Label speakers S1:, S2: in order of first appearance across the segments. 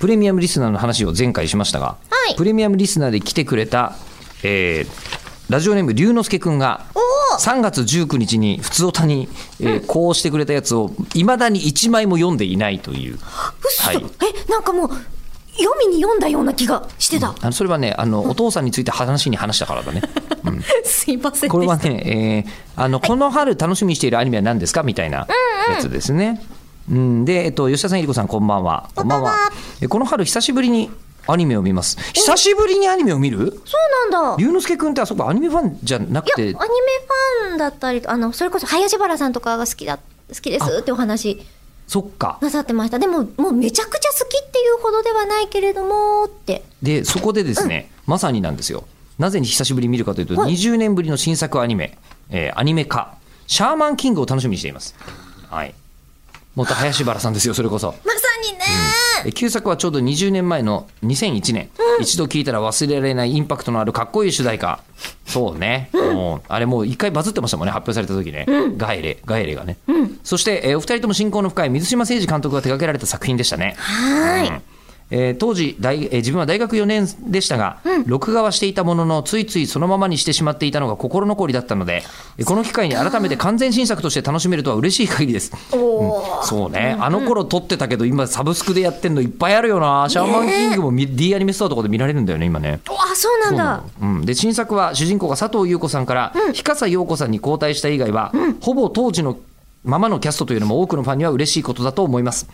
S1: プレミアムリスナーの話を前回しましたが、
S2: はい
S1: プレミアムリスナーで来てくれた、えーラジオネーム龍之介くんが3月19日に普通歌に、えーこうしてくれたやつをいまだに1枚も読んでいないという
S2: 嘘、
S1: はい
S2: えなんかもう読みに読んだような気がしてた、
S1: あのそれはねあのお父さんについて話に話したから だね。
S2: すいませんでした
S1: これはね、えーあのこの春楽しみにしているアニメは何ですかみたいなやつですね。うん、で、えっと、吉田さん、えりこさん、こんばんは。こんばんは。えこの春、久しぶりにアニメを見ます。久しぶりにアニメを見る
S2: そうなんだ
S1: 龍之介君ってあそこアニメファンじゃなく
S2: いやアニ
S1: て
S2: メ、ファンだったりあのそれこそ林原さんとかが好きだ好きですってお話
S1: そっか。
S2: なさってましたでももうめちゃくちゃ好きっていうほどではないけれどもって
S1: で、そこでですね、まさになんですよ。なぜに久しぶりに見るかというと、
S2: はい
S1: 20年ぶりの新作アニメ、えーアニメ化、シャーマンキングを楽しみにしています。はい。元林原さんですよ、それこそ。
S2: まさにね、
S1: え旧作はちょうど20年前の2001年、一度聴いたら忘れられないインパクトのあるかっこいい主題歌そうね、もうあれもう一回バズってましたもんね発表された時ね、ガエレガエレがね、そして、えーお二人とも親交の深い水島誠二監督が手掛けられた作品でしたね
S2: はーい、
S1: えー当時大、えー自分は大学4年でしたが、録画はしていたもののついついそのままにしてしまっていたのが心残りだったのでえーこの機会に改めて完全新作として楽しめるとは嬉しい限りです
S2: おー
S1: そうね、あの頃撮ってたけど今サブスクでやってんのいっぱいあるよなシャーマンキングもみ D アニメストアとかで見られるんだよね今ね
S2: おあそうなんだ
S1: うん、で新作は主人公が佐藤優子さんから、日笠陽子さんに交代した以外は、ほぼ当時のままのキャストというのも多くのファンには嬉しいことだと思います、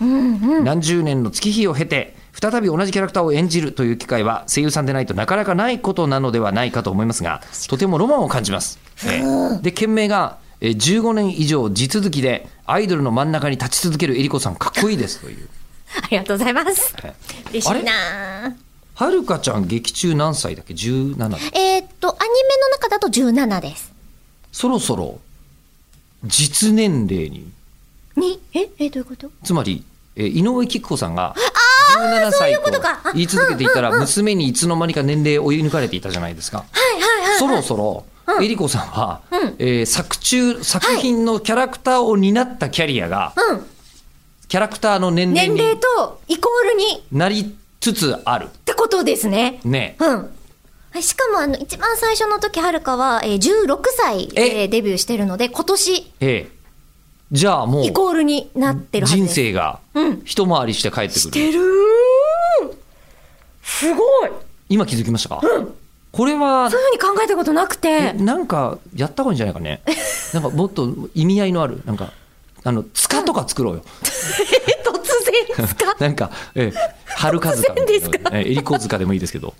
S1: 何十年の月日を経て再び同じキャラクターを演じるという機会は声優さんでないとなかなかないことなのではないかと思いますがとてもロマンを感じます、ええで件名がえ15年以上地続きでアイドルの真ん中に立ち続けるえりこさんかっこいいですという
S2: ありがとうございます
S1: はい。
S2: 嬉しいな
S1: はるかちゃん劇中何歳だっけ17だ
S2: えーっと、アニメの中だと17です。
S1: そろそろ実年齢に
S2: にええ、どういうこと
S1: つまり、えー井上貴子さんが17歳と
S2: ことかあ
S1: 言い続けていたら娘にいつの間にか年齢を追い抜かれていたじゃないですか。そろそろえりこさんは、えー作中作品のキャラクターを担ったキャリアが、
S2: うん。
S1: キャラクターの年齢
S2: 年齢
S1: に
S2: とイコールにっ
S1: なりつつある
S2: てことですね。
S1: ね。
S2: うん。はいしかも、あの、一番最初の時、はるかは、えー、16歳
S1: え
S2: えーデビューしてるので、今年、
S1: ええじゃあもう
S2: イコールになってるはずで
S1: 人
S2: す。
S1: 生が
S2: うん
S1: 一回りして帰って
S2: し
S1: くる。
S2: てるーすごい
S1: 今気づきましたか、これは
S2: そういうふうに考えたことなくて。
S1: なんかやった方がいいんじゃないかね。なんかもっと意味合いのある、なんか、あの、塚とか作ろうよ。
S2: え、突然ですか
S1: なんか、ええ、春塚みたいな
S2: 突然ですか
S1: ええ、えりこ塚でもいいですけど。